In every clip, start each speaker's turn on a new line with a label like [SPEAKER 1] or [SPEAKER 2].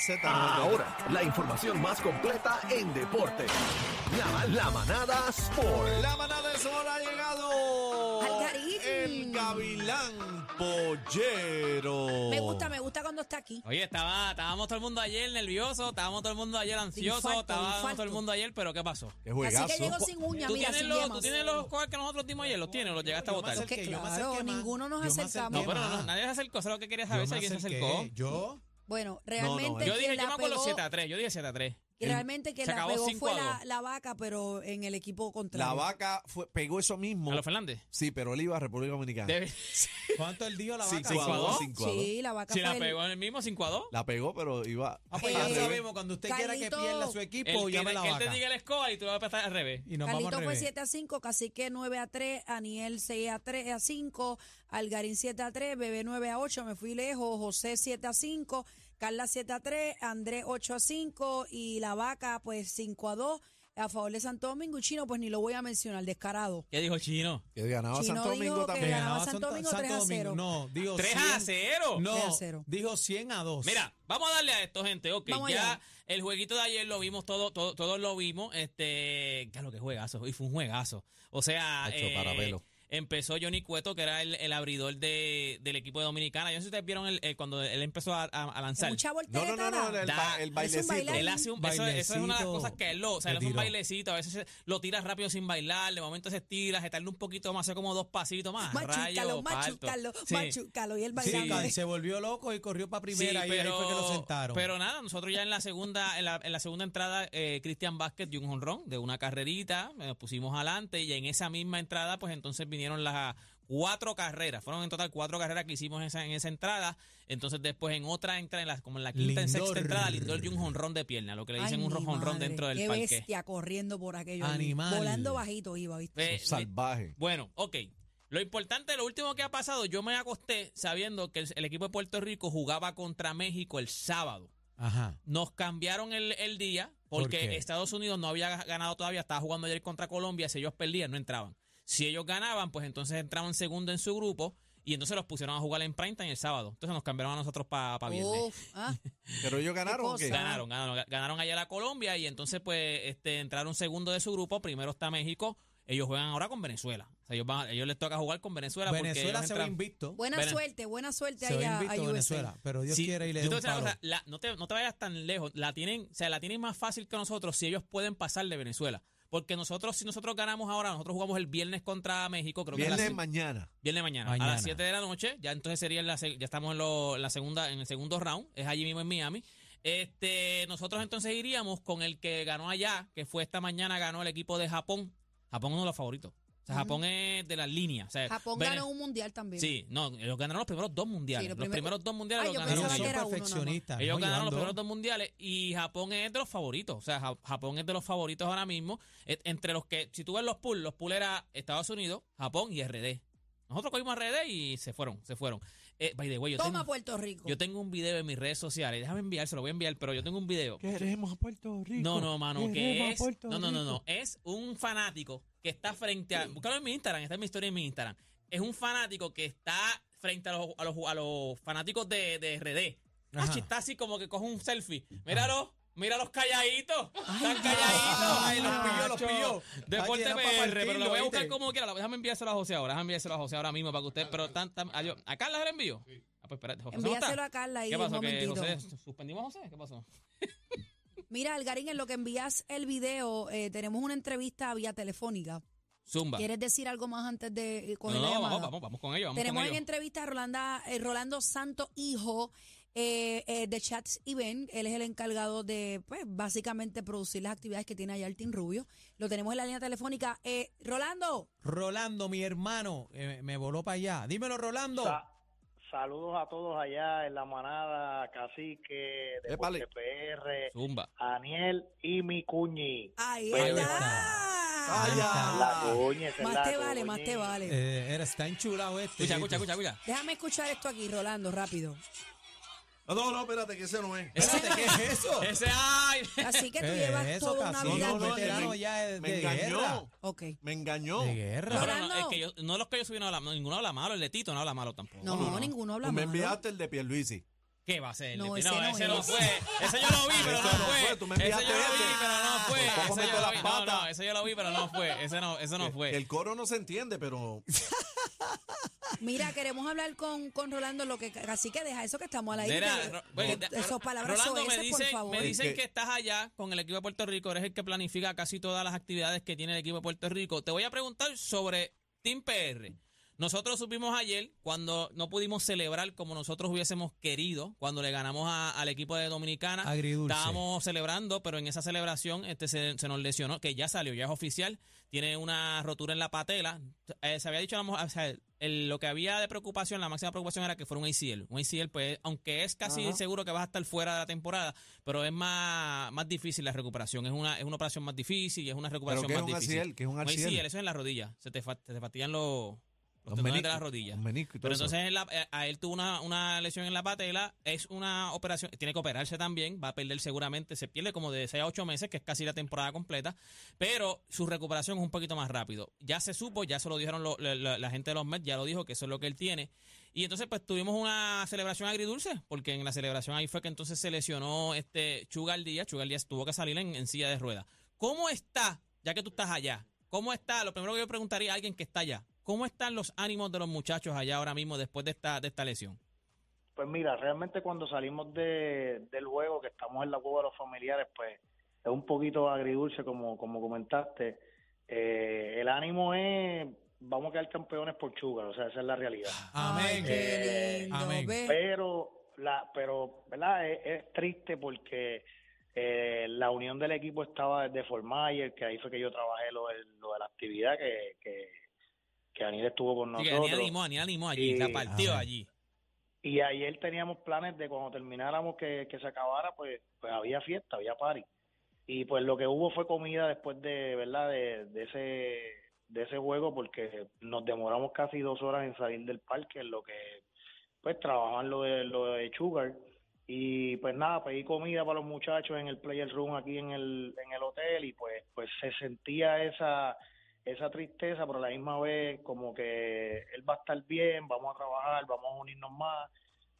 [SPEAKER 1] Z.
[SPEAKER 2] Ahora, la información más completa en deporte. La, la manada Sport.
[SPEAKER 1] La manada de Sol ha llegado.
[SPEAKER 3] Algarín.
[SPEAKER 1] El gavilán pollero.
[SPEAKER 3] Me gusta, me gusta cuando está
[SPEAKER 1] Ah,
[SPEAKER 3] aquí.
[SPEAKER 4] Oye, estaba, estábamos todo el mundo ayer nervioso, estábamos todo el mundo ayer ansioso,
[SPEAKER 3] Infarto,
[SPEAKER 4] estábamos
[SPEAKER 3] infarto.
[SPEAKER 4] todo el mundo ayer, pero ¿qué pasó?
[SPEAKER 1] Qué juegazo.
[SPEAKER 3] Así que llego sin uña,
[SPEAKER 4] Pues, ¿Tú,
[SPEAKER 3] mira,
[SPEAKER 4] tienes
[SPEAKER 3] sin
[SPEAKER 4] los,
[SPEAKER 3] yemas.
[SPEAKER 4] ¿Tú tienes los coches que nosotros dimos ayer? ¿Los tienes? ¿Los llegaste a
[SPEAKER 1] Yo me
[SPEAKER 4] votar?
[SPEAKER 1] acerqué,
[SPEAKER 3] Que
[SPEAKER 1] yo me
[SPEAKER 3] claro,
[SPEAKER 1] acerqué más.
[SPEAKER 3] ninguno nos
[SPEAKER 1] Yo me
[SPEAKER 3] acercamos.
[SPEAKER 4] No,
[SPEAKER 1] acerqué
[SPEAKER 4] pero no,
[SPEAKER 1] más.
[SPEAKER 4] nadie se acercó, eso es lo que quería
[SPEAKER 1] Yo
[SPEAKER 4] saber, si
[SPEAKER 1] me
[SPEAKER 4] alguien se
[SPEAKER 1] acerqué.
[SPEAKER 4] acercó.
[SPEAKER 1] Yo.
[SPEAKER 3] Bueno, realmente.
[SPEAKER 1] no,
[SPEAKER 4] Yo
[SPEAKER 3] quien
[SPEAKER 4] dije,
[SPEAKER 3] la
[SPEAKER 4] yo me acuerdo
[SPEAKER 3] pegó-
[SPEAKER 4] 7 a 3, yo dije 7 a 3.
[SPEAKER 3] que Realmente que
[SPEAKER 4] Se
[SPEAKER 3] la
[SPEAKER 4] acabó
[SPEAKER 3] pegó
[SPEAKER 4] 5
[SPEAKER 3] fue
[SPEAKER 4] a
[SPEAKER 3] la,
[SPEAKER 4] 2.
[SPEAKER 3] la vaca, pero en el equipo
[SPEAKER 1] La
[SPEAKER 3] contrario.
[SPEAKER 1] vaca fue- pegó eso mismo.
[SPEAKER 4] ¿A los Fernández?
[SPEAKER 1] Sí, pero él iba a República Dominicana.
[SPEAKER 4] Debe-
[SPEAKER 5] ¿Cuánto el dio la vaca?
[SPEAKER 1] Cinco
[SPEAKER 4] ¿Cinco
[SPEAKER 1] a
[SPEAKER 4] a
[SPEAKER 1] dos,
[SPEAKER 4] dos?
[SPEAKER 1] cinco a dos.
[SPEAKER 3] Sí, la vaca
[SPEAKER 4] Si
[SPEAKER 3] fue
[SPEAKER 4] la
[SPEAKER 3] el-
[SPEAKER 4] pegó en el mismo 5 a 2.
[SPEAKER 1] La pegó, pero iba
[SPEAKER 5] Ah, pues ya
[SPEAKER 3] Eh,
[SPEAKER 5] sabemos, cuando usted quiera que
[SPEAKER 3] Carlito-
[SPEAKER 5] pierda su
[SPEAKER 4] El
[SPEAKER 5] equipo,
[SPEAKER 4] que,
[SPEAKER 5] llame a la
[SPEAKER 4] el que él te
[SPEAKER 5] vaca.
[SPEAKER 4] diga el escoba y tú vas a estar al revés.
[SPEAKER 5] Y nos vamos
[SPEAKER 3] Carlito
[SPEAKER 5] al
[SPEAKER 3] fue
[SPEAKER 5] revés.
[SPEAKER 3] 7 a 5, Cacique 9 a 3, Aniel 6 a 3 a 5, Algarín 7 a 3, Bebé 9 a 8, me fui lejos, José 7 a 5, Carla 7 a 3, Andrés 8 a 5 y la vaca pues 5 a 2 a favor de Santo Domingo y Chino pues ni lo voy a mencionar, descarado.
[SPEAKER 4] ¿Qué dijo el Chino?
[SPEAKER 1] que ganaba
[SPEAKER 3] Chino
[SPEAKER 1] Santo
[SPEAKER 3] dijo
[SPEAKER 1] Domingo
[SPEAKER 3] que
[SPEAKER 1] también.
[SPEAKER 3] ganaba
[SPEAKER 5] Santo-
[SPEAKER 3] Santo Domingo 3 a 0.
[SPEAKER 5] No, dijo
[SPEAKER 4] 3 a
[SPEAKER 5] 100.
[SPEAKER 4] 0.
[SPEAKER 5] No,
[SPEAKER 3] 3 a 0.
[SPEAKER 5] dijo 100 a 2.
[SPEAKER 4] Mira, vamos a darle a esto, gente. Ok,
[SPEAKER 3] Vamos
[SPEAKER 4] ya
[SPEAKER 3] allá.
[SPEAKER 4] el jueguito de ayer lo vimos todo, todo, todos lo vimos. Este, claro, que juegazo. Y fue un juegazo. O sea, eh,
[SPEAKER 1] Hacho, parabelo.
[SPEAKER 4] empezó Johnny Cueto, que era el, el abridor de, del equipo de Dominicana. Yo no sé si ustedes vieron el, el- cuando él empezó a, a- a lanzar.
[SPEAKER 3] Mucha
[SPEAKER 1] No, no, no,
[SPEAKER 3] voltereta.
[SPEAKER 1] no, el,
[SPEAKER 4] Da-
[SPEAKER 1] ba- el
[SPEAKER 4] es un
[SPEAKER 1] bailecito.
[SPEAKER 3] bailarín.
[SPEAKER 4] Él hace un eso, eso es una de las
[SPEAKER 5] Bailecito.
[SPEAKER 4] cosas que él lo, o sea,
[SPEAKER 5] Te
[SPEAKER 4] él hace un
[SPEAKER 5] tiró.
[SPEAKER 4] bailecito, a veces se- lo tira rápido sin bailar, de momento se estira, se tarda un poquito más, hace como dos pasitos más.
[SPEAKER 3] Machucalo,
[SPEAKER 4] Rayo, parto.
[SPEAKER 3] machucalo,
[SPEAKER 4] Sí.
[SPEAKER 3] machucalo y el
[SPEAKER 5] Sí,
[SPEAKER 3] bailando.
[SPEAKER 5] se volvió loco y corrió para
[SPEAKER 4] Sí,
[SPEAKER 5] primera y ahí fue que lo sentaron.
[SPEAKER 4] Pero nada, nosotros ya en la segunda, en la, en la segunda entrada, eh, Cristian Vázquez dio un honrón de una carrerita, eh, nos pusimos adelante y en esa misma entrada, pues entonces vinieron las cuatro carreras. Fueron en total cuatro carreras que hicimos en esa, en esa entrada. Entonces después en otra entrada, en la, como en la quinta, en
[SPEAKER 5] Lindor.
[SPEAKER 4] sexta entrada, Lindor dio un honrón de pierna, lo que le dicen
[SPEAKER 3] Ay,
[SPEAKER 4] un
[SPEAKER 3] mi
[SPEAKER 4] honrón
[SPEAKER 3] madre,
[SPEAKER 4] dentro del
[SPEAKER 3] qué
[SPEAKER 4] parque.
[SPEAKER 3] bestia corriendo por aquello. ahí,
[SPEAKER 5] Animal.
[SPEAKER 3] Volando bajito iba, ¿viste?
[SPEAKER 4] Eh,
[SPEAKER 1] Salvaje.
[SPEAKER 4] Bueno, ok. Lo importante, lo último que ha pasado, yo me acosté sabiendo que el, el equipo de Puerto Rico jugaba contra México el sábado.
[SPEAKER 5] Ajá.
[SPEAKER 4] Nos cambiaron el, el día
[SPEAKER 5] ¿Por
[SPEAKER 4] porque
[SPEAKER 5] qué?
[SPEAKER 4] Estados Unidos no había ganado todavía, estaba jugando ayer contra Colombia, si ellos perdían no entraban. Si ellos ganaban, pues entonces entraban segundo en su grupo y entonces los pusieron a jugar en prime time el sábado. Entonces nos cambiaron a nosotros para viernes.
[SPEAKER 3] Uf, ah,
[SPEAKER 1] Pero ellos ganaron. ¿o qué?
[SPEAKER 3] cosa.
[SPEAKER 4] Ganaron, ganaron, ganaron allá la Colombia y entonces pues este, entraron segundo de su grupo, primero está México, ellos juegan ahora con Venezuela. O sea, ellos, van, ellos les toca jugar con Venezuela. porque
[SPEAKER 5] Venezuela
[SPEAKER 4] ellos
[SPEAKER 5] se va
[SPEAKER 4] entran-
[SPEAKER 5] invicto.
[SPEAKER 3] buena
[SPEAKER 4] Vene-
[SPEAKER 3] suerte, buena suerte
[SPEAKER 5] se
[SPEAKER 3] allá
[SPEAKER 5] va
[SPEAKER 3] a
[SPEAKER 5] invicto
[SPEAKER 3] USA.
[SPEAKER 5] Venezuela, pero Dios
[SPEAKER 4] Sí,
[SPEAKER 5] quiere y le
[SPEAKER 4] yo
[SPEAKER 5] dé
[SPEAKER 4] te
[SPEAKER 5] un
[SPEAKER 4] voy a decir
[SPEAKER 5] palo.
[SPEAKER 4] una cosa, la- no, te, no te vayas tan lejos, la tienen, o sea, la tienen más fácil que nosotros si ellos pueden pasar de Venezuela. Porque nosotros, si nosotros ganamos ahora, nosotros jugamos el viernes contra México, creo que a
[SPEAKER 1] Viernes
[SPEAKER 4] las-
[SPEAKER 1] mañana.
[SPEAKER 4] viernes mañana, a
[SPEAKER 5] Mañana.
[SPEAKER 4] las 7 de la noche, ya entonces sería en la, se- ya estamos en, lo- en la segunda, en el segundo round, es allí mismo en Miami. Este, nosotros entonces iríamos con el que ganó allá, que fue esta mañana, ganó el equipo de Japón. Japón es uno de los favoritos. O sea,
[SPEAKER 3] Ajá.
[SPEAKER 4] Japón es de las líneas. o sea,
[SPEAKER 3] Japón
[SPEAKER 4] Vene-
[SPEAKER 3] ganó un mundial también.
[SPEAKER 4] Sí, no, ellos ganaron los primeros dos mundiales.
[SPEAKER 3] Sí, los
[SPEAKER 4] los,
[SPEAKER 3] primeros-
[SPEAKER 4] primeros dos mundiales
[SPEAKER 3] Ay,
[SPEAKER 4] los
[SPEAKER 3] yo
[SPEAKER 4] ganaron.
[SPEAKER 5] Ellos
[SPEAKER 3] pensaba que
[SPEAKER 4] ellos.
[SPEAKER 5] son
[SPEAKER 3] era uno,
[SPEAKER 5] perfeccionistas.
[SPEAKER 4] Ellos
[SPEAKER 5] ¿no?
[SPEAKER 4] ganaron los
[SPEAKER 5] Llevan
[SPEAKER 4] primeros
[SPEAKER 5] dos.
[SPEAKER 4] dos mundiales y Japón es de los favoritos. O sea, Ja- Japón es de los favoritos ahora mismo. Et- Entre los que, si tú ves los pools, los pools era Estados Unidos, Japón y RD. Nosotros cogimos RD y se fueron, se fueron. Eh, by the way, yo,
[SPEAKER 3] Toma
[SPEAKER 4] tengo,
[SPEAKER 3] Puerto Rico.
[SPEAKER 4] yo tengo un video en mis redes sociales. Déjame enviar, se lo voy a enviar, pero yo tengo un video.
[SPEAKER 1] Queremos a Puerto Rico.
[SPEAKER 4] No, no, mano, que
[SPEAKER 1] Queremos a
[SPEAKER 4] es.
[SPEAKER 1] Puerto
[SPEAKER 4] No, no, no,
[SPEAKER 1] Rico.
[SPEAKER 4] no. Es un fanático que está frente a. Búscalo en mi Instagram, esta es mi historia en mi Instagram. Es un fanático que está frente a los, a los, a los fanáticos de, de RD.
[SPEAKER 5] Ajá.
[SPEAKER 4] Achi, está así como que coge un selfie. Míralo. Mira los calladitos, están
[SPEAKER 5] Dios.
[SPEAKER 4] calladitos.
[SPEAKER 5] Ay, los pilló, los
[SPEAKER 4] Acho.
[SPEAKER 5] pilló.
[SPEAKER 4] Deporte
[SPEAKER 5] Achi, era pa'
[SPEAKER 4] PR, pero lo voy a
[SPEAKER 5] partirlo,
[SPEAKER 4] buscar
[SPEAKER 5] ¿viste?
[SPEAKER 4] como quiera. Déjame enviárselo a José ahora, déjame enviárselo a José ahora mismo para que usted, pero tan, tan- adiós. ¿A Carla se lo envío? Ah, pues espérate, José, ¿no está?
[SPEAKER 3] Envíaselo a Carla ahí
[SPEAKER 4] ¿Qué
[SPEAKER 3] un
[SPEAKER 4] pasó? ¿Que
[SPEAKER 3] momentito.
[SPEAKER 4] José, ¿Suspendimos a José? ¿Qué pasó?
[SPEAKER 3] Mira, Algarín, en lo que envías el video, eh, tenemos una entrevista vía telefónica.
[SPEAKER 4] Zumba.
[SPEAKER 3] ¿Quieres decir algo más antes de eh,
[SPEAKER 4] No,
[SPEAKER 3] coger la
[SPEAKER 4] no,
[SPEAKER 3] llamada?
[SPEAKER 4] vamos, vamos, vamos con ellos. Vamos
[SPEAKER 3] Tenemos
[SPEAKER 4] con
[SPEAKER 3] en
[SPEAKER 4] ellos.
[SPEAKER 3] entrevista a Rolanda, eh, Rolando Santo Hijo eh, eh, de Chats Event. Él es el encargado de, pues, básicamente producir las actividades que tiene allá el Team Rubio. Lo tenemos en la línea telefónica. Eh, Rolando,
[SPEAKER 5] Rolando, mi hermano, eh, me voló para allá. Dímelo, Rolando.
[SPEAKER 6] Sa- saludos a todos allá en la manada, Cacique,
[SPEAKER 1] Épale.
[SPEAKER 6] Deporte PR,
[SPEAKER 4] Zumba.
[SPEAKER 6] Aniel y mi cuñi.
[SPEAKER 3] ahí
[SPEAKER 6] Ahí
[SPEAKER 3] está.
[SPEAKER 5] Ahí está.
[SPEAKER 6] La
[SPEAKER 1] Ah.
[SPEAKER 6] cuñi, esa es
[SPEAKER 3] Ah, Más
[SPEAKER 6] la
[SPEAKER 3] te vale, más
[SPEAKER 6] cuñi.
[SPEAKER 3] te vale.
[SPEAKER 5] Eh, era, está enchulado este.
[SPEAKER 4] Escucha, escucha, escucha, escucha.
[SPEAKER 3] Déjame escuchar esto aquí, Rolando, rápido.
[SPEAKER 7] No, no, no, espérate, que ese no es.
[SPEAKER 4] Espérate,
[SPEAKER 5] ¿Qué es eso?
[SPEAKER 4] Ese, ay.
[SPEAKER 3] Así que tú
[SPEAKER 5] Eh,
[SPEAKER 3] llevas
[SPEAKER 5] eso,
[SPEAKER 3] toda una
[SPEAKER 5] Cacique,
[SPEAKER 3] vida.
[SPEAKER 5] no, no,
[SPEAKER 3] aquí.
[SPEAKER 5] veterano pues, ya de-
[SPEAKER 7] me
[SPEAKER 5] de
[SPEAKER 7] engañó.
[SPEAKER 5] guerra.
[SPEAKER 3] Ok.
[SPEAKER 7] Me engañó.
[SPEAKER 5] De guerra.
[SPEAKER 4] No,
[SPEAKER 3] Ahora-
[SPEAKER 4] no, no, es
[SPEAKER 3] Rolando.
[SPEAKER 4] que yo, no los que yo subí no habla, ninguno habla malo, el Letito no habla malo tampoco.
[SPEAKER 3] No, ninguno habla
[SPEAKER 7] Tú me
[SPEAKER 3] malo.
[SPEAKER 7] enviaste el de Pierluisi.
[SPEAKER 4] ¿Qué va a ser?
[SPEAKER 3] No,
[SPEAKER 4] No,
[SPEAKER 3] ese
[SPEAKER 4] ese,
[SPEAKER 3] no es.
[SPEAKER 4] no fue. Ese yo lo vi, pero no
[SPEAKER 7] Ese no fue, tú me
[SPEAKER 4] fue. Ese yo lo vi,
[SPEAKER 7] enviaste ese.
[SPEAKER 4] pero no fue.
[SPEAKER 7] Por poco
[SPEAKER 4] Ese
[SPEAKER 7] meto
[SPEAKER 4] yo lo
[SPEAKER 7] las
[SPEAKER 4] vi. No,
[SPEAKER 7] patas.
[SPEAKER 4] no, ese yo lo vi, pero no fue. Ese no, ese no fue.
[SPEAKER 7] El coro no se entiende, pero
[SPEAKER 3] Mira, queremos hablar con, con Rolando lo que así que deja eso que estamos al aire.
[SPEAKER 4] Mira, Ro- oye,
[SPEAKER 3] Eh,
[SPEAKER 4] da-
[SPEAKER 3] Esas palabras
[SPEAKER 4] Rolando,
[SPEAKER 3] soeces,
[SPEAKER 4] me dicen,
[SPEAKER 3] por favor.
[SPEAKER 4] me dicen
[SPEAKER 1] Es que-
[SPEAKER 4] que estás allá con el equipo de Puerto Rico, eres el que planifica casi todas las actividades que tiene el equipo de Puerto Rico. Te voy a preguntar sobre Team PR. Nosotros supimos ayer, cuando no pudimos celebrar como nosotros hubiésemos querido, cuando le ganamos a- al equipo de Dominicana,
[SPEAKER 5] Agridulce.
[SPEAKER 4] estábamos celebrando, pero en esa celebración este se, se nos lesionó, que ya salió, ya es oficial, tiene una rotura en la patela. Eh, se había dicho, vamos, o sea, el- lo que había de preocupación, la máxima preocupación era que fuera un ACL. Un ACL, pues, aunque es casi seguro que vas a estar fuera de la temporada, pero es más, más difícil la recuperación. Es una, es una operación más difícil y es una
[SPEAKER 1] Pero
[SPEAKER 4] recuperación
[SPEAKER 1] que es
[SPEAKER 4] más
[SPEAKER 1] un
[SPEAKER 4] difícil.
[SPEAKER 1] ACL, que es un
[SPEAKER 4] Un ACL,
[SPEAKER 1] ACL.
[SPEAKER 4] eso es en la rodilla. Se te, fa- se te fatigan los,
[SPEAKER 1] Los
[SPEAKER 4] los tendones de
[SPEAKER 1] meniscos,
[SPEAKER 4] las rodillas.
[SPEAKER 1] un menisco y todo
[SPEAKER 4] Pero
[SPEAKER 1] eso.
[SPEAKER 4] entonces él, la- eh, a él tuvo una, una lesión en la patela, es una operación, tiene que operarse también, va a perder seguramente, se pierde como de 6 a 8 meses, que es casi la temporada completa, pero su recuperación es un poquito más rápido. Ya se supo, ya se lo dijeron lo- la, la- la gente de los Mets, ya lo dijo que eso es lo que él tiene. Y entonces pues tuvimos una celebración agridulce, porque en la celebración ahí fue que entonces se lesionó este Chugal Díaz, Chugal Díaz tuvo que salir en, en silla de ruedas. ¿Cómo está, ya que tú estás allá, cómo está, lo primero que yo preguntaría a alguien que está allá, ¿cómo están los ánimos de los muchachos allá ahora mismo después de esta, de esta lesión?
[SPEAKER 6] Pues mira, realmente cuando salimos de, del juego, que estamos en la cueva de los familiares, pues es un poquito agridulce, como, como comentaste. Eh, el ánimo es, vamos a quedar campeones por Chugar, o sea, esa es la realidad.
[SPEAKER 3] Ay,
[SPEAKER 5] Amén.
[SPEAKER 4] Eh,
[SPEAKER 3] qué lindo,
[SPEAKER 5] Amén.
[SPEAKER 3] ve.
[SPEAKER 6] Pero, la, pero ¿verdad? Es, es triste porque eh, la unión del equipo estaba desde Formayer, que ahí fue que yo trabajé lo, del- lo de la actividad que, que, que Aniel estuvo con
[SPEAKER 4] Así que
[SPEAKER 6] nosotros.
[SPEAKER 4] Daniel animó, Daniel animó allí,
[SPEAKER 6] Sí.
[SPEAKER 4] la partió
[SPEAKER 1] Amén.
[SPEAKER 4] allí.
[SPEAKER 6] Y ayer teníamos planes de cuando termináramos que, que se acabara, pues, pues había fiesta, había party. Y pues lo que hubo fue comida después de, ¿verdad? De, de ese de ese juego porque nos demoramos casi dos horas en salir del parque en lo que pues trabajaban lo de lo de Sugar y pues nada pedí comida para los muchachos en el player room aquí en el en el hotel y pues pues se sentía esa esa tristeza, pero a la misma vez como que él va a estar bien, vamos a trabajar, vamos a unirnos más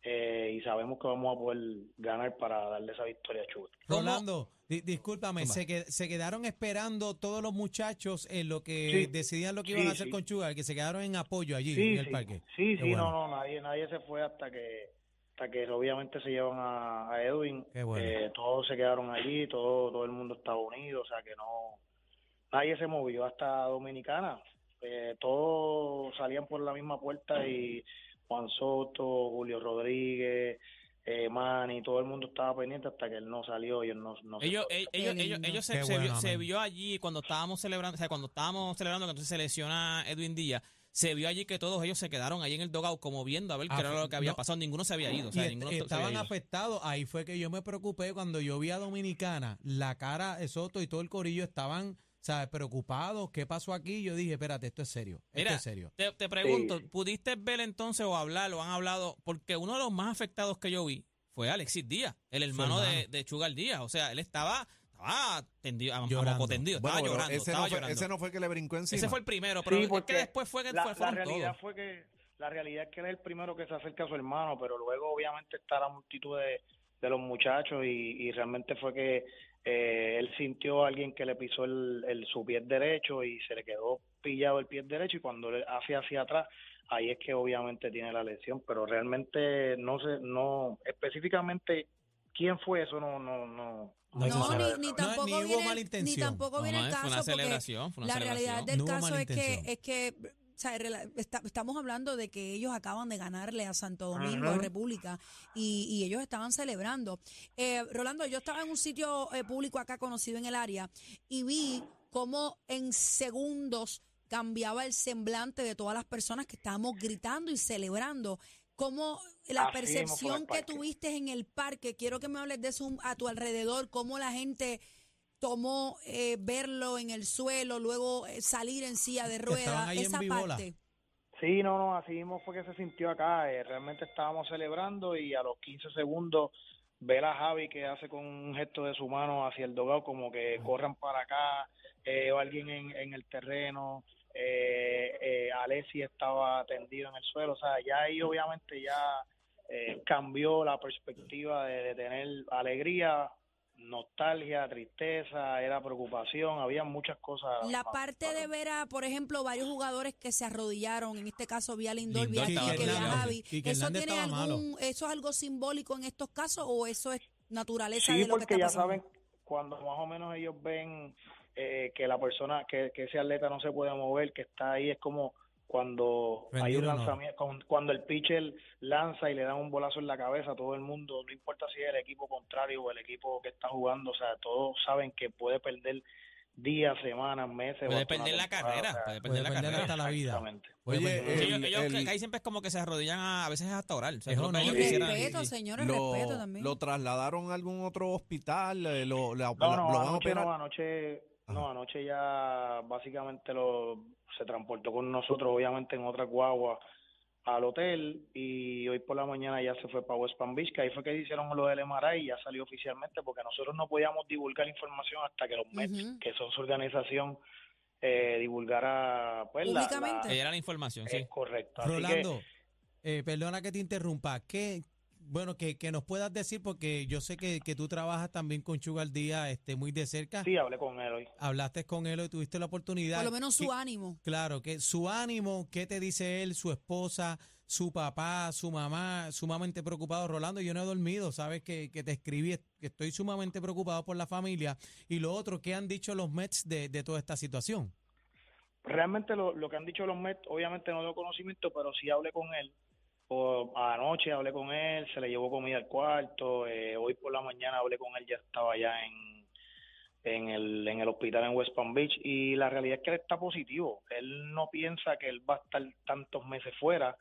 [SPEAKER 6] eh, y sabemos que vamos a poder ganar para darle esa victoria a Chugar.
[SPEAKER 4] ¿Cómo?
[SPEAKER 5] Rolando, di- discúlpame, se, que- se quedaron esperando todos los muchachos en lo que
[SPEAKER 6] Sí.
[SPEAKER 5] decidían lo que
[SPEAKER 6] Sí,
[SPEAKER 5] iban a hacer
[SPEAKER 6] sí.
[SPEAKER 5] con Sugar, que se quedaron en apoyo allí
[SPEAKER 6] sí,
[SPEAKER 5] en el
[SPEAKER 6] sí,
[SPEAKER 5] parque.
[SPEAKER 6] Sí,
[SPEAKER 5] Qué
[SPEAKER 6] sí,
[SPEAKER 5] bueno.
[SPEAKER 6] no, no, nadie, nadie se fue hasta que, hasta que obviamente se llevan a, a Edwin.
[SPEAKER 5] Qué bueno.
[SPEAKER 6] Eh, todos se quedaron allí, todo, todo el mundo estaba unido, o sea que no, nadie se movió hasta Dominicana. Eh, todos salían por la misma puerta y Juan Soto, Julio Rodríguez, eh, Manny, todo el mundo estaba pendiente hasta que él no salió y él no, no se
[SPEAKER 4] Ellos,
[SPEAKER 6] fue.
[SPEAKER 4] e- ellos,
[SPEAKER 3] Qué
[SPEAKER 4] ellos,
[SPEAKER 3] lindo.
[SPEAKER 4] ellos
[SPEAKER 5] Qué
[SPEAKER 4] se, se
[SPEAKER 5] bueno,
[SPEAKER 4] vio, se
[SPEAKER 5] amén.
[SPEAKER 4] vio allí cuando estábamos celebrando, o sea, cuando estábamos celebrando que entonces se lesiona Edwin Díaz, se vio allí que todos ellos se quedaron allí en el dogout como viendo a ver
[SPEAKER 5] Ah,
[SPEAKER 4] qué era lo que había
[SPEAKER 5] no.
[SPEAKER 4] pasado, ninguno se había ido, o
[SPEAKER 5] Y
[SPEAKER 4] sea,
[SPEAKER 5] est-
[SPEAKER 4] ninguno se había
[SPEAKER 5] estaban
[SPEAKER 4] ido.
[SPEAKER 5] afectados. Ahí fue que yo me preocupé cuando yo vi a Dominicana, la cara de Soto y todo el corillo estaban, ¿sabes? Preocupados. ¿Qué pasó aquí? Yo dije, espérate, esto es serio. Esto
[SPEAKER 4] Mira,
[SPEAKER 5] es serio.
[SPEAKER 4] Te, te pregunto, ¿pudiste ver entonces o hablar o han hablado? Porque uno de los más afectados que yo vi fue Alexis Díaz, el hermano, de,
[SPEAKER 5] hermano.
[SPEAKER 4] de Chugal Díaz. O sea, él estaba, estaba tendido, a- a
[SPEAKER 5] Llorando.
[SPEAKER 4] moco tendido, estaba
[SPEAKER 1] Bueno, pero
[SPEAKER 4] llorando.
[SPEAKER 1] ese,
[SPEAKER 4] estaba
[SPEAKER 1] no fue,
[SPEAKER 4] llorando.
[SPEAKER 1] ese no fue el que le brincó
[SPEAKER 4] Ese
[SPEAKER 1] encima.
[SPEAKER 4] fue el primero,
[SPEAKER 6] Sí,
[SPEAKER 4] pero es
[SPEAKER 6] porque
[SPEAKER 4] que después fue que
[SPEAKER 6] la,
[SPEAKER 4] fue,
[SPEAKER 6] la
[SPEAKER 4] fueron
[SPEAKER 6] realidad
[SPEAKER 4] todos.
[SPEAKER 6] fue que la realidad es que él es el primero que se acerca a su hermano pero luego obviamente está la multitud de, de los muchachos y, y realmente fue que eh, él sintió a alguien que le pisó el, el- su pie derecho y se le quedó pillado el pie derecho y cuando le hace hacia atrás ahí es que obviamente tiene la lesión pero realmente no sé no específicamente quién fue eso no no no
[SPEAKER 5] No se
[SPEAKER 3] No,
[SPEAKER 5] sabe.
[SPEAKER 3] ni, ni
[SPEAKER 5] No, ni
[SPEAKER 3] tampoco
[SPEAKER 5] hubo
[SPEAKER 3] viene,
[SPEAKER 5] mala
[SPEAKER 3] el- ni
[SPEAKER 5] intención.
[SPEAKER 3] tampoco
[SPEAKER 4] No,
[SPEAKER 3] viene el
[SPEAKER 4] no,
[SPEAKER 3] caso
[SPEAKER 4] fue una
[SPEAKER 3] porque
[SPEAKER 4] celebración, fue una
[SPEAKER 3] la realidad
[SPEAKER 4] celebración.
[SPEAKER 3] del
[SPEAKER 5] No hubo
[SPEAKER 3] caso
[SPEAKER 5] mala
[SPEAKER 3] es que,
[SPEAKER 5] intención.
[SPEAKER 3] es que o sea, rela- está- estamos hablando de que ellos acaban de ganarle a Santo Domingo, a
[SPEAKER 6] Ajá.
[SPEAKER 3] República, y, y ellos estaban celebrando. Eh, Rolando, yo estaba en un sitio eh, público acá conocido en el área y vi cómo en segundos cambiaba el semblante de todas las personas que estábamos gritando y celebrando. Cómo la
[SPEAKER 6] Así mismo fue el
[SPEAKER 3] percepción que
[SPEAKER 6] parque.
[SPEAKER 3] tuviste en el parque, quiero que me hables de eso un- a tu alrededor, cómo la gente tomó eh, verlo en el suelo, luego eh, salir en silla de
[SPEAKER 5] estaban
[SPEAKER 3] ruedas,
[SPEAKER 5] ahí en
[SPEAKER 3] esa
[SPEAKER 5] Vibola.
[SPEAKER 3] parte.
[SPEAKER 6] Sí, no, no, así mismo fue que se sintió acá. eh, realmente estábamos celebrando y a los 15 segundos ver a Javi que hace con un gesto de su mano hacia el dogado como que corran para acá eh, o alguien en, en el terreno. Eh, eh, Alessi estaba tendido en el suelo. O sea, ya ahí obviamente ya eh, cambió la perspectiva de, de tener alegría, nostalgia, tristeza, era preocupación, había muchas cosas. a
[SPEAKER 3] La
[SPEAKER 6] pa-
[SPEAKER 3] parte
[SPEAKER 6] para-
[SPEAKER 3] de ver a, por ejemplo, varios jugadores que se arrodillaron, en este caso vía Lindor, vía
[SPEAKER 4] Lindor estaba
[SPEAKER 3] Quique, vía
[SPEAKER 4] arrodillado.
[SPEAKER 3] Javi,
[SPEAKER 5] Quique
[SPEAKER 3] ¿eso
[SPEAKER 5] Hernández
[SPEAKER 3] tiene
[SPEAKER 5] estaba
[SPEAKER 3] algún, eso es algo simbólico en estos casos o eso es naturaleza de
[SPEAKER 6] Sí,
[SPEAKER 3] lo que
[SPEAKER 6] porque
[SPEAKER 3] está
[SPEAKER 6] ya
[SPEAKER 3] pasando?
[SPEAKER 6] saben, cuando más o menos ellos ven eh, que la persona, que, que ese atleta no se puede mover, que está ahí, es como cuando hay
[SPEAKER 5] Rendir
[SPEAKER 6] un
[SPEAKER 5] o no.
[SPEAKER 6] lanzamiento, cuan- cuando el pitcher lanza y le dan un bolazo en la cabeza a todo el mundo, no importa si es el equipo contrario o el equipo que está jugando, o sea, todos saben que puede perder días, semanas, meses. o
[SPEAKER 4] Puede
[SPEAKER 6] hasta una
[SPEAKER 4] perder la
[SPEAKER 6] temporada,
[SPEAKER 4] carrera,
[SPEAKER 6] o sea,
[SPEAKER 4] puede
[SPEAKER 5] Puede
[SPEAKER 4] perder la
[SPEAKER 5] perder
[SPEAKER 4] carrera.
[SPEAKER 5] hasta la vida.
[SPEAKER 6] exactamente.
[SPEAKER 5] Puede
[SPEAKER 1] Oye,
[SPEAKER 5] perder-
[SPEAKER 1] eh,
[SPEAKER 4] ellos,
[SPEAKER 1] El-
[SPEAKER 4] ellos
[SPEAKER 1] el-
[SPEAKER 4] caen siempre es como que se arrodillan a, a veces hasta orar. O sea,
[SPEAKER 5] Es
[SPEAKER 4] es lo que
[SPEAKER 5] honor.
[SPEAKER 4] ellos
[SPEAKER 5] Y
[SPEAKER 4] quisieran.
[SPEAKER 3] Respeto, señores,
[SPEAKER 1] lo,
[SPEAKER 3] respeto también.
[SPEAKER 1] lo trasladaron a algún otro hospital, eh, lo, la-
[SPEAKER 6] No,
[SPEAKER 1] la-
[SPEAKER 6] no,
[SPEAKER 1] lo van a
[SPEAKER 6] anoche
[SPEAKER 1] operar.
[SPEAKER 6] no, anoche, no, anoche ya básicamente lo, se transportó con nosotros, obviamente en otra guagua al hotel y hoy por la mañana ya se fue para West Palm Beach, que ahí fue que hicieron lo del MRI y ya salió oficialmente porque nosotros no podíamos divulgar información hasta que los Mets,
[SPEAKER 3] Ujú.
[SPEAKER 6] que son su organización, eh, divulgara pues la... la-
[SPEAKER 3] Públicamente.
[SPEAKER 4] Ella era la información,
[SPEAKER 6] es
[SPEAKER 4] sí.
[SPEAKER 6] correcto. Así que-
[SPEAKER 5] Rolando, eh, perdona que te interrumpa. ¿Qué, bueno, que, que nos puedas decir, porque yo sé que, que tú trabajas también con Sugar Díaz este, muy de cerca.
[SPEAKER 6] sí, hablé con él hoy.
[SPEAKER 5] Hablaste con él y tuviste la oportunidad.
[SPEAKER 3] Por lo menos
[SPEAKER 6] Eh,
[SPEAKER 5] ¿Qué-
[SPEAKER 3] su ánimo.
[SPEAKER 5] Claro, que su ánimo, ¿qué te dice él, su esposa, su papá, su mamá, sumamente preocupado? Rolando, yo no he dormido, sabes que, que te escribí, es- que estoy sumamente preocupado por la familia. Y lo otro, ¿qué han dicho los Mets de, de toda esta situación?
[SPEAKER 6] realmente lo, lo que han dicho los Mets, obviamente no tengo conocimiento, pero sí hablé con él. O, anoche hablé con él, se le llevó comida al cuarto. eh, hoy por la mañana hablé con él, ya estaba allá en, en, el, en el hospital en West Palm Beach. Y la realidad es que él está positivo. Él no piensa que él va a estar tantos meses fuera.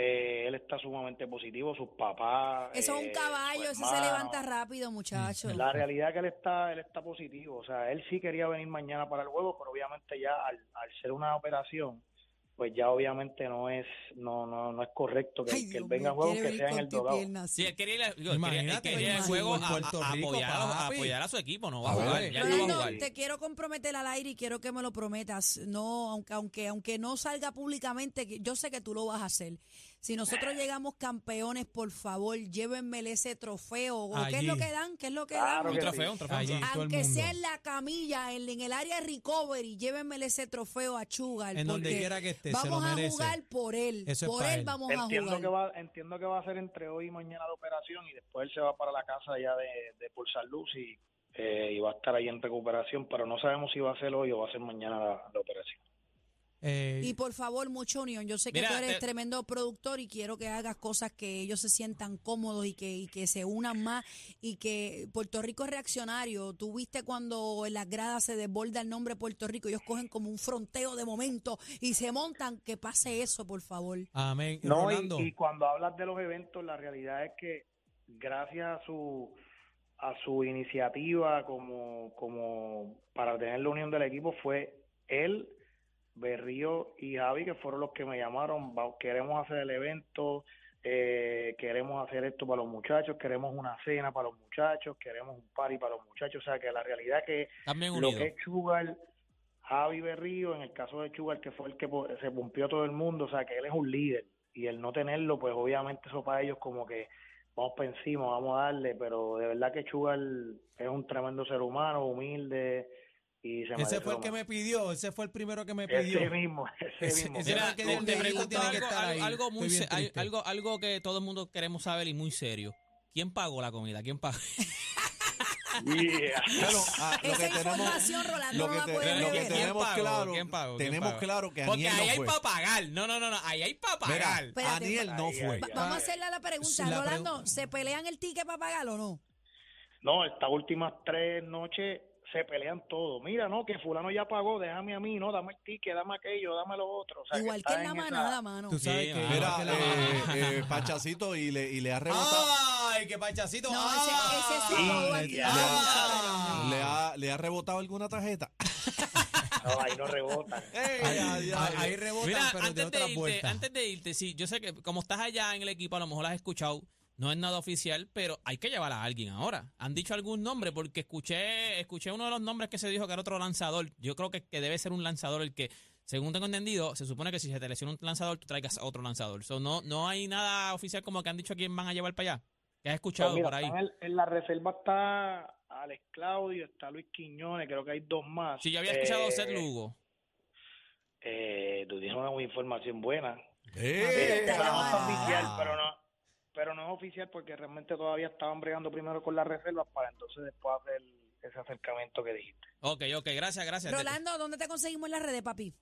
[SPEAKER 6] eh, él está sumamente positivo, sus papás.
[SPEAKER 3] Eso es
[SPEAKER 6] eh,
[SPEAKER 3] un
[SPEAKER 6] su
[SPEAKER 3] caballo, ese se
[SPEAKER 6] hermano.
[SPEAKER 3] levanta rápido, muchacho.
[SPEAKER 6] La realidad es que él está, él está positivo. O sea, él sí quería venir mañana para el juego, pero obviamente ya al, al ser una operación, pues ya obviamente no es, no, no, no es correcto que,
[SPEAKER 3] Ay,
[SPEAKER 6] que
[SPEAKER 3] Dios
[SPEAKER 6] él venga a
[SPEAKER 3] mío,
[SPEAKER 6] juego,
[SPEAKER 3] quiere
[SPEAKER 6] que
[SPEAKER 3] venir
[SPEAKER 6] sea en
[SPEAKER 3] con
[SPEAKER 6] el
[SPEAKER 3] tu
[SPEAKER 6] dogado.
[SPEAKER 3] pierna así.
[SPEAKER 4] Sí, él quería ir, al- digo, él quería- él
[SPEAKER 5] Imagínate,
[SPEAKER 4] quería ir al
[SPEAKER 5] imagínate,
[SPEAKER 4] juego
[SPEAKER 5] en
[SPEAKER 4] a,
[SPEAKER 5] Puerto
[SPEAKER 4] a- a
[SPEAKER 5] Rico,
[SPEAKER 4] apoyar, a
[SPEAKER 5] papi.
[SPEAKER 4] apoyar a su equipo, no va a
[SPEAKER 1] A ver.
[SPEAKER 4] jugar. Ya él no va a
[SPEAKER 3] Rolando,
[SPEAKER 4] jugar.
[SPEAKER 3] te quiero comprometer al aire y quiero que me lo prometas. No, aunque, aunque, aunque no salga públicamente, que- yo sé que tú lo vas a hacer. Si nosotros
[SPEAKER 5] Ah.
[SPEAKER 3] llegamos campeones, por favor, llévenmele ese trofeo. ¿O ¿Qué es
[SPEAKER 5] Allí.
[SPEAKER 3] lo que dan? ¿Qué es lo que
[SPEAKER 6] Claro
[SPEAKER 3] dan?
[SPEAKER 4] Un
[SPEAKER 6] que-
[SPEAKER 4] trofeo, un trofeo.
[SPEAKER 5] Allí.
[SPEAKER 4] sí.
[SPEAKER 5] todo el
[SPEAKER 3] Aunque sea
[SPEAKER 5] mundo.
[SPEAKER 3] en la camilla, en, en el área de recovery, llévenmele ese trofeo a Chugal.
[SPEAKER 5] En donde
[SPEAKER 3] porque
[SPEAKER 5] quiera que esté, se lo
[SPEAKER 3] Vamos a
[SPEAKER 5] merece.
[SPEAKER 3] jugar por él.
[SPEAKER 5] Eso es
[SPEAKER 3] por
[SPEAKER 5] pa'
[SPEAKER 3] él
[SPEAKER 5] él.
[SPEAKER 3] vamos a
[SPEAKER 6] Entiendo
[SPEAKER 3] jugar.
[SPEAKER 6] que va, entiendo que va a ser entre hoy y mañana la operación y después él se va para la casa ya de, de por salud y, eh, y va a estar ahí en recuperación, pero no sabemos si va a ser hoy o va a ser mañana la- la operación.
[SPEAKER 5] Eh,
[SPEAKER 3] Y por favor, mucha unión. Yo sé que
[SPEAKER 4] Mira,
[SPEAKER 3] tú eres
[SPEAKER 4] te-
[SPEAKER 3] tremendo productor y quiero que hagas cosas que ellos se sientan cómodos y que, y que se unan más y que Puerto Rico es reaccionario. Tú viste cuando en las gradas se desborda el nombre Puerto Rico, ellos cogen como un fronteo de momento y se montan. Que pase eso, por favor.
[SPEAKER 5] amén.
[SPEAKER 6] No, y,
[SPEAKER 5] Rolando,
[SPEAKER 6] y cuando hablas de los eventos, la realidad es que gracias a su a su iniciativa como, como para tener la unión del equipo fue él, Berrío y Javi, que fueron los que me llamaron, "Va- queremos hacer el evento, eh, queremos hacer esto para los muchachos, queremos una cena para los muchachos, queremos un party para los muchachos, o sea que la realidad que
[SPEAKER 4] También
[SPEAKER 6] lo
[SPEAKER 4] unido.
[SPEAKER 6] que es Sugar, Javi Berrío, en el caso de Sugar, que fue el que po- se pumpió todo el mundo, o sea, que él es un líder. Y el no tenerlo, pues obviamente eso para ellos como que vamos para encima, vamos a darle, pero de verdad que Sugar es un tremendo ser humano, humilde, y se merece
[SPEAKER 5] ese fue
[SPEAKER 6] lo
[SPEAKER 5] el que
[SPEAKER 6] mejor.
[SPEAKER 5] me pidió, ese fue el primero que me pidió.
[SPEAKER 6] Ese mismo, ese,
[SPEAKER 5] Ese-
[SPEAKER 6] mismo.
[SPEAKER 5] ese
[SPEAKER 4] Mira,
[SPEAKER 5] que
[SPEAKER 4] te,
[SPEAKER 5] el
[SPEAKER 4] te
[SPEAKER 5] delito
[SPEAKER 4] pregunto
[SPEAKER 5] tiene que
[SPEAKER 4] algo,
[SPEAKER 5] estar
[SPEAKER 4] algo-
[SPEAKER 5] ahí.
[SPEAKER 4] algo muy
[SPEAKER 5] Estoy bien
[SPEAKER 4] se- al-
[SPEAKER 5] triste.
[SPEAKER 4] algo, algo que todo el mundo queremos saber y muy serio. ¿Quién pagó la comida? ¿Quién pagó?
[SPEAKER 6] Yeah.
[SPEAKER 1] Claro, ah, lo
[SPEAKER 3] Esa
[SPEAKER 1] que tenemos,
[SPEAKER 3] información, Rolando,
[SPEAKER 1] lo
[SPEAKER 3] no
[SPEAKER 1] que
[SPEAKER 3] la
[SPEAKER 1] te-
[SPEAKER 3] puede
[SPEAKER 1] lo que
[SPEAKER 3] revelar.
[SPEAKER 1] tenemos
[SPEAKER 4] ¿Quién pagó?
[SPEAKER 1] claro,
[SPEAKER 4] ¿Quién pagó? ¿Quién
[SPEAKER 1] tenemos
[SPEAKER 4] pagó?
[SPEAKER 1] claro que
[SPEAKER 4] Porque
[SPEAKER 1] Aniel
[SPEAKER 4] ahí
[SPEAKER 1] no
[SPEAKER 4] hay
[SPEAKER 1] fue.
[SPEAKER 4] para pagar. No, no, no, no. Ahí hay para
[SPEAKER 1] Mira,
[SPEAKER 4] pagar.
[SPEAKER 3] Espérate,
[SPEAKER 1] Aniel no
[SPEAKER 6] ay,
[SPEAKER 1] fue.
[SPEAKER 6] ay,
[SPEAKER 3] Va- vamos a hacerle la pregunta.
[SPEAKER 5] La
[SPEAKER 3] Rolando,
[SPEAKER 5] pregu-
[SPEAKER 3] ¿se pelean el ticket para pagarlo o no?
[SPEAKER 6] No, estas últimas tres noches se pelean todo. Mira, no, que fulano ya pagó, déjame a mí, no, dame el ticket, dame aquello, dame lo otro. O sea,
[SPEAKER 3] Igual que
[SPEAKER 6] está
[SPEAKER 3] en la
[SPEAKER 6] esa-
[SPEAKER 3] manada, mano.
[SPEAKER 5] Tú sabes
[SPEAKER 4] Sí,
[SPEAKER 5] que...
[SPEAKER 4] mano.
[SPEAKER 1] Mira,
[SPEAKER 5] Ah, que la-
[SPEAKER 1] eh, eh, Pachacito y le, y le ha
[SPEAKER 4] Ah,
[SPEAKER 1] rebotado.
[SPEAKER 5] ¡Ay, qué pachacito!
[SPEAKER 3] No, ese-
[SPEAKER 5] ¡Ay!
[SPEAKER 3] ese sí
[SPEAKER 1] Ah,
[SPEAKER 6] no va a
[SPEAKER 5] ¡Ay!
[SPEAKER 3] tirar.
[SPEAKER 1] ¿Le ha, ¿Le ha rebotado alguna tarjeta?
[SPEAKER 6] No, ahí no rebotan.
[SPEAKER 5] Ahí, ahí- ahí rebotan,
[SPEAKER 4] Mira,
[SPEAKER 5] pero de
[SPEAKER 4] antes de,
[SPEAKER 5] otras
[SPEAKER 4] irte,
[SPEAKER 5] vueltas.
[SPEAKER 4] antes de irte, sí, yo sé que como estás allá en el equipo, a lo mejor has escuchado, no es nada oficial, pero hay que llevar a alguien ahora. ¿Han dicho algún nombre? Porque escuché escuché uno de los nombres que se dijo que era otro lanzador. Yo creo que, que debe ser un lanzador el que Según tengo entendido, se supone que si se te lesiona un lanzador, tú traigas otro lanzador. So, no, no hay nada oficial como que han dicho a quién van a llevar para allá. Que has escuchado
[SPEAKER 6] Pues mira,
[SPEAKER 4] por ahí.
[SPEAKER 6] están en, en la reserva está Alex Claudio, está Luis Quiñones, creo que hay dos más.
[SPEAKER 4] Si yo había escuchado a
[SPEAKER 6] Eh,
[SPEAKER 4] Seth Lugo.
[SPEAKER 6] Eh, tú tienes una información buena.
[SPEAKER 1] ¡Eh!
[SPEAKER 6] pero no es
[SPEAKER 3] Ah.
[SPEAKER 6] oficial, pero no, pero no es oficial porque realmente todavía estaban bregando primero con las reservas para entonces después hacer ese acercamiento que dijiste.
[SPEAKER 4] Ok, ok, gracias, gracias.
[SPEAKER 3] Rolando, ¿dónde te conseguimos en las redes, papi?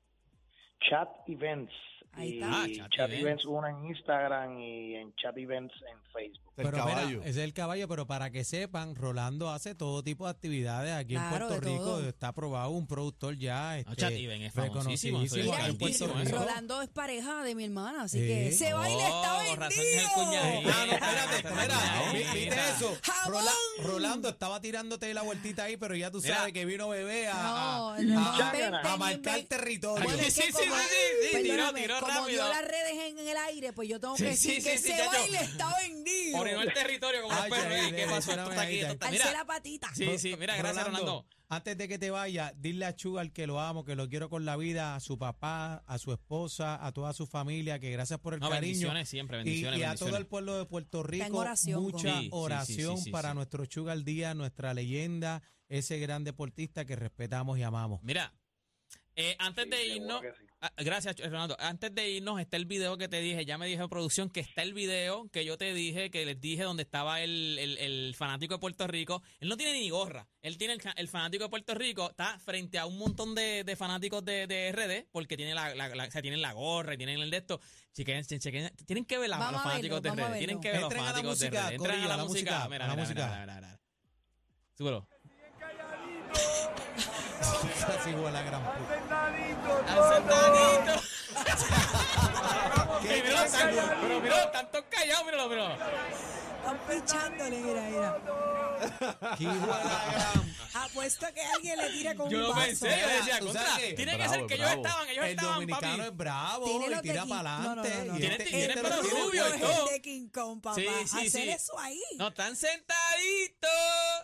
[SPEAKER 6] Chat Events.
[SPEAKER 3] Ahí
[SPEAKER 6] y
[SPEAKER 3] está.
[SPEAKER 4] Ah,
[SPEAKER 6] Chat,
[SPEAKER 4] Chat
[SPEAKER 6] Events.
[SPEAKER 4] Events.
[SPEAKER 6] una en Instagram y en Chat Events en Facebook.
[SPEAKER 1] El
[SPEAKER 5] Pero mira,
[SPEAKER 1] caballo.
[SPEAKER 5] ese es el caballo, pero para que sepan, Rolando hace todo tipo de actividades aquí
[SPEAKER 3] Claro,
[SPEAKER 5] en Puerto
[SPEAKER 3] de
[SPEAKER 5] Rico.
[SPEAKER 3] todo.
[SPEAKER 5] Está aprobado un productor ya. Este,
[SPEAKER 4] No, Chati Ben es famosísimo, eso es
[SPEAKER 5] reconocidísimo
[SPEAKER 3] Mira,
[SPEAKER 5] aquí en
[SPEAKER 3] y-
[SPEAKER 5] Puerto
[SPEAKER 4] importantísimo,
[SPEAKER 5] Rico.
[SPEAKER 3] Rolando es pareja de mi hermana, así
[SPEAKER 5] Sí.
[SPEAKER 3] que se va y le está
[SPEAKER 4] Oh, con razón es el
[SPEAKER 3] vendido.
[SPEAKER 4] cuñadito.
[SPEAKER 5] Ah, no, espérate, espera.
[SPEAKER 4] Ahí
[SPEAKER 5] Vi- ¿Viste
[SPEAKER 4] está.
[SPEAKER 5] eso?
[SPEAKER 3] ¡Jamón!
[SPEAKER 5] Rola- Rolando estaba tirándote la vueltita ahí, pero ya tú
[SPEAKER 4] Mira.
[SPEAKER 5] sabes que vino bebé a,
[SPEAKER 3] No,
[SPEAKER 5] a-
[SPEAKER 3] no,
[SPEAKER 5] a-
[SPEAKER 3] ven,
[SPEAKER 5] Ah. a
[SPEAKER 3] ven,
[SPEAKER 5] marcar
[SPEAKER 3] ven.
[SPEAKER 5] territorio.
[SPEAKER 3] Bueno, es
[SPEAKER 4] Sí,
[SPEAKER 3] que
[SPEAKER 4] sí,
[SPEAKER 3] como-
[SPEAKER 4] sí, sí, sí, tiró,
[SPEAKER 3] perdóname,
[SPEAKER 4] tiró
[SPEAKER 3] como
[SPEAKER 4] rápido.
[SPEAKER 3] dio las redes en, en el aire, pues yo tengo que
[SPEAKER 4] Sí,
[SPEAKER 3] decir
[SPEAKER 4] sí,
[SPEAKER 3] que
[SPEAKER 4] sí, sí,
[SPEAKER 3] se
[SPEAKER 4] ya
[SPEAKER 3] va
[SPEAKER 4] yo-
[SPEAKER 3] y le está vendido.
[SPEAKER 4] Orinó el territorio como los
[SPEAKER 5] Ay,
[SPEAKER 4] perros.
[SPEAKER 5] ay,
[SPEAKER 4] ¿eh? ¿Qué
[SPEAKER 5] ay,
[SPEAKER 4] pasó?
[SPEAKER 5] ay,
[SPEAKER 4] Esto está
[SPEAKER 5] ay,
[SPEAKER 4] aquí, esto está-
[SPEAKER 3] Alcé
[SPEAKER 4] Mira,
[SPEAKER 3] la patita.
[SPEAKER 4] Sí, sí, mira, gracias, Rolando.
[SPEAKER 5] Antes de que te vaya, dile a Chugal que lo amo, que lo quiero con la vida, a su papá, a su esposa, a toda su familia, que gracias por el
[SPEAKER 4] No,
[SPEAKER 5] cariño.
[SPEAKER 4] bendiciones siempre,
[SPEAKER 5] Y-
[SPEAKER 4] bendiciones,
[SPEAKER 5] y, a
[SPEAKER 4] bendiciones.
[SPEAKER 5] todo el pueblo de Puerto Rico,
[SPEAKER 3] oración,
[SPEAKER 5] mucha
[SPEAKER 4] Gonzalo. Sí, sí, sí,
[SPEAKER 5] oración
[SPEAKER 4] sí, sí,
[SPEAKER 5] para
[SPEAKER 4] sí.
[SPEAKER 5] nuestro Chugal Díaz, nuestra leyenda, ese gran deportista que respetamos y amamos.
[SPEAKER 4] Mira, eh, antes de irnos,
[SPEAKER 6] Seguro que sí.
[SPEAKER 4] Ah, Gracias, Ronaldo. Antes de irnos, está el video que te dije. Ya me dijo producción que está el video que yo te dije, que les dije donde estaba el, el- el fanático de Puerto Rico. Él no tiene ni gorra. Él tiene el, ca- el fanático de Puerto Rico, está frente a un montón de, de fanáticos de, de RD, porque tiene la, la- la- o sea, tienen la gorra y tienen el de esto. Chequen, che- chequen. tienen que ver la-
[SPEAKER 3] Vamos
[SPEAKER 4] los
[SPEAKER 3] a
[SPEAKER 4] fanáticos
[SPEAKER 3] verlo,
[SPEAKER 4] de
[SPEAKER 3] vamos a
[SPEAKER 4] RD. Tienen
[SPEAKER 3] verlo.
[SPEAKER 4] que ver los
[SPEAKER 5] Entren a la
[SPEAKER 4] fanáticos de
[SPEAKER 5] música,
[SPEAKER 4] RD. Entran a
[SPEAKER 5] Corillo,
[SPEAKER 4] la música. Mira,
[SPEAKER 5] a la
[SPEAKER 4] mira,
[SPEAKER 5] música.
[SPEAKER 4] mira, mira, mira, mira. Súbelo.
[SPEAKER 5] Así fue la gran puta.
[SPEAKER 4] Al sentadito.
[SPEAKER 5] ¿Qué
[SPEAKER 4] Que mira,
[SPEAKER 5] clase
[SPEAKER 4] tan-
[SPEAKER 5] de-
[SPEAKER 4] pero mira, están todos callados, míralo, míralo.
[SPEAKER 3] Están pichándole, mira, mira.
[SPEAKER 5] Qué hijo de la gran-
[SPEAKER 3] Apuesto que alguien le tira con un
[SPEAKER 4] Yo
[SPEAKER 3] vaso.
[SPEAKER 4] pensé, yo decía,
[SPEAKER 5] Tú sabes
[SPEAKER 4] contra,
[SPEAKER 5] que-
[SPEAKER 4] tiene que
[SPEAKER 1] Bravo,
[SPEAKER 4] ser que ellos
[SPEAKER 1] bravo.
[SPEAKER 4] estaban, ellos
[SPEAKER 5] El
[SPEAKER 4] estaban,
[SPEAKER 5] dominicano
[SPEAKER 4] papi.
[SPEAKER 5] es bravo,
[SPEAKER 3] Tiene
[SPEAKER 5] y
[SPEAKER 3] los
[SPEAKER 5] tira
[SPEAKER 3] de
[SPEAKER 5] para
[SPEAKER 3] King- no, no,
[SPEAKER 5] adelante.
[SPEAKER 3] no, no,
[SPEAKER 5] y
[SPEAKER 3] no.
[SPEAKER 5] este-
[SPEAKER 4] Tiene-
[SPEAKER 5] este
[SPEAKER 4] tiene
[SPEAKER 5] lo
[SPEAKER 4] pelo
[SPEAKER 5] tiene
[SPEAKER 4] rubio y
[SPEAKER 5] puesto.
[SPEAKER 4] todo.
[SPEAKER 3] de King Kong, papá.
[SPEAKER 4] Sí, sí,
[SPEAKER 3] Hacer
[SPEAKER 4] sí.
[SPEAKER 3] eso ahí.
[SPEAKER 4] No, están sentaditos,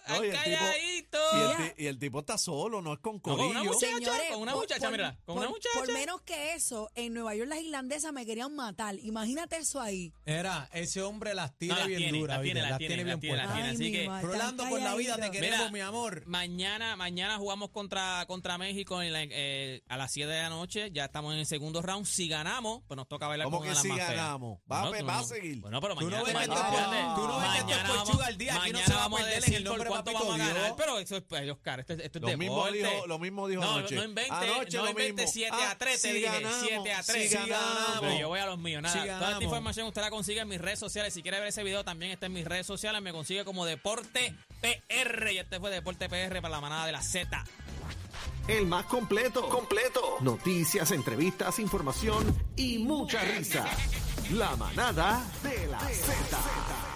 [SPEAKER 1] No, y el tipo-
[SPEAKER 4] calladitos.
[SPEAKER 1] Y
[SPEAKER 3] Mira.
[SPEAKER 1] el, ti- y el tipo está solo, no es con
[SPEAKER 4] No, con una
[SPEAKER 1] corillo.
[SPEAKER 4] muchacha, con una muchacha, mira, con una
[SPEAKER 3] por-
[SPEAKER 4] muchacha.
[SPEAKER 3] Por menos que eso, en Nueva York las irlandesas me querían matar. Imagínate eso ahí.
[SPEAKER 5] Era, ese hombre las
[SPEAKER 4] No,
[SPEAKER 5] tira
[SPEAKER 4] las
[SPEAKER 5] bien
[SPEAKER 4] tiene,
[SPEAKER 5] duras,
[SPEAKER 4] las
[SPEAKER 5] ¿viste?
[SPEAKER 4] tiene, las tiene, las tiene, las
[SPEAKER 5] puestas.
[SPEAKER 4] tiene.
[SPEAKER 3] Ay,
[SPEAKER 4] así
[SPEAKER 3] mi
[SPEAKER 4] que-
[SPEAKER 3] madre,
[SPEAKER 5] Rolando,
[SPEAKER 3] tan
[SPEAKER 5] por la vida te
[SPEAKER 3] calladito.
[SPEAKER 5] queremos,
[SPEAKER 4] Mira,
[SPEAKER 5] mi amor.
[SPEAKER 4] Mañana, mañana jugamos contra, contra México en la- eh, a las 7 de la noche. Ya estamos en el segundo round. Si ganamos, pues nos toca bailar
[SPEAKER 1] ¿Cómo
[SPEAKER 4] con
[SPEAKER 1] que
[SPEAKER 4] una
[SPEAKER 1] si
[SPEAKER 4] más fea.
[SPEAKER 1] ganamos? Va,
[SPEAKER 4] Bueno,
[SPEAKER 1] pe-
[SPEAKER 5] pues,
[SPEAKER 4] tú
[SPEAKER 1] va a
[SPEAKER 4] no-
[SPEAKER 1] seguir.
[SPEAKER 4] Bueno, pero
[SPEAKER 5] Tú no
[SPEAKER 4] mañana,
[SPEAKER 5] ves que
[SPEAKER 4] mañana,
[SPEAKER 5] esto es por-
[SPEAKER 4] mañana-
[SPEAKER 5] tú no ves que esto es
[SPEAKER 4] mañana
[SPEAKER 5] por
[SPEAKER 4] vamos,
[SPEAKER 5] Sugar Daddy, aquí no
[SPEAKER 4] mañana
[SPEAKER 5] se va a
[SPEAKER 4] vamos a
[SPEAKER 5] perder el
[SPEAKER 4] decir por
[SPEAKER 5] nombre,
[SPEAKER 4] cuánto
[SPEAKER 5] papito
[SPEAKER 4] vamos a ganar.
[SPEAKER 5] Dios.
[SPEAKER 4] Pero eso es, pues, Oscar, esto, es- esto es
[SPEAKER 1] Lo mismo,
[SPEAKER 4] deporte.
[SPEAKER 1] dijo, lo mismo dijo
[SPEAKER 4] No,
[SPEAKER 1] anoche.
[SPEAKER 4] No inventes,
[SPEAKER 1] Anoche
[SPEAKER 4] no
[SPEAKER 1] lo
[SPEAKER 4] inventes
[SPEAKER 1] mismo.
[SPEAKER 4] 7
[SPEAKER 1] Ah,
[SPEAKER 4] a 3, te
[SPEAKER 1] si
[SPEAKER 4] dije.
[SPEAKER 1] ganamos,
[SPEAKER 4] 7 a 3.
[SPEAKER 1] si ganamos.
[SPEAKER 4] Pero yo voy a los míos. Nada,
[SPEAKER 5] Si
[SPEAKER 4] toda
[SPEAKER 5] ganamos.
[SPEAKER 4] esta información usted la consigue en mis redes sociales. Si quiere ver ese video, también está en mis redes sociales. Me consigue como Deporte PR. Y este fue Deporte PR para la manada de la Z.
[SPEAKER 2] El más completo. Completo. Noticias, entrevistas, información y mucha risa. La manada de la Z.